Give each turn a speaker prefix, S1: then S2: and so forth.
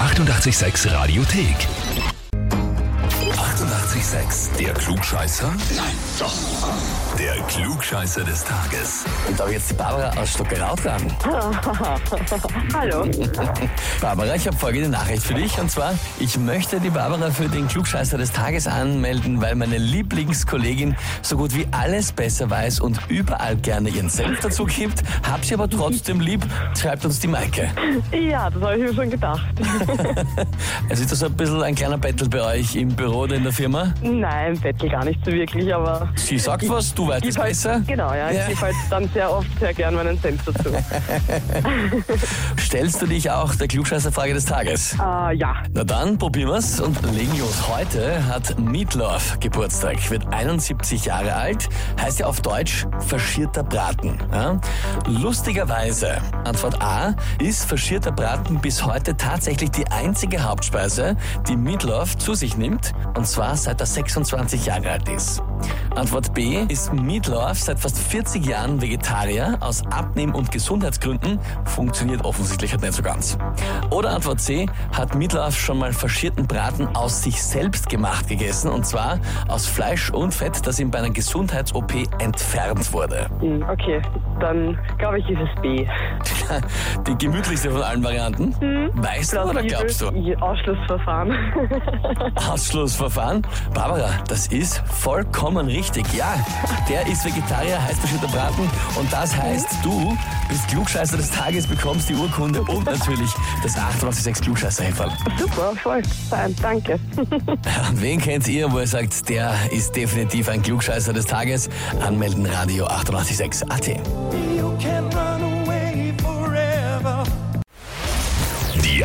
S1: 886 Radiothek. 88,6. Der Klugscheißer? Nein, doch. Der Klugscheißer des Tages.
S2: Und da hab ich jetzt die Barbara aus Stuckerau dran.
S3: Hallo.
S2: Barbara, ich habe folgende Nachricht für dich. Und zwar, ich möchte die Barbara für den Klugscheißer des Tages anmelden, weil meine Lieblingskollegin so gut wie alles besser weiß und überall gerne ihren Senf dazu gibt. Hab sie aber trotzdem lieb, schreibt uns die Maike.
S3: Ja, das habe ich mir schon gedacht.
S2: Also ist das so ein bisschen ein kleiner Battle bei euch im Büro oder in der Firma?
S3: Nein, Bettel gar nicht so wirklich, aber.
S2: Sie sagt was, du weißt es
S3: gebe halt-
S2: besser.
S3: Genau, ja. Ich
S2: Ja.
S3: gebe halt dann sehr oft sehr gern meinen Senf dazu.
S2: Stellst du dich auch der Klugscheißerfrage des Tages?
S3: Ah, ja.
S2: Na dann probieren wir's und legen los. Heute hat Meatloaf Geburtstag, wird 71 Jahre alt, heißt ja auf Deutsch faschierter Braten. Ja? Lustigerweise, Antwort A, ist faschierter Braten bis heute tatsächlich die einzige Hauptspeise, die Meatloaf zu sich nimmt, und zwar seit er 26 Jahre alt ist. Antwort B ist Meatloaf seit fast 40 Jahren Vegetarier aus Abnehmen- und Gesundheitsgründen. Funktioniert offensichtlich halt nicht so ganz. Oder Antwort C hat Meatloaf schon mal faschierten Braten aus sich selbst gemacht gegessen und zwar aus Fleisch und Fett, das ihm bei einer Gesundheits-OP entfernt wurde.
S3: Hm, Okay, dann glaube ich, ist es B.
S2: Die gemütlichste von allen Varianten. Weißt du oder
S3: Plausibel.
S2: glaubst du?
S3: Ja, Ausschlussverfahren.
S2: Ausschlussverfahren. Barbara, das ist vollkommen richtig. Ja, der ist Vegetarier, heißt Beschütter Braten und das heißt, du bist Klugscheißer des Tages, bekommst die Urkunde und natürlich das 886 klugscheißer -Häferl.
S3: Super, voll. Fein, danke.
S2: An wen kennt ihr, wo ihr sagt, der ist definitiv ein Klugscheißer des Tages? Anmelden Radio 886 AT.
S4: You can run away forever.
S1: Die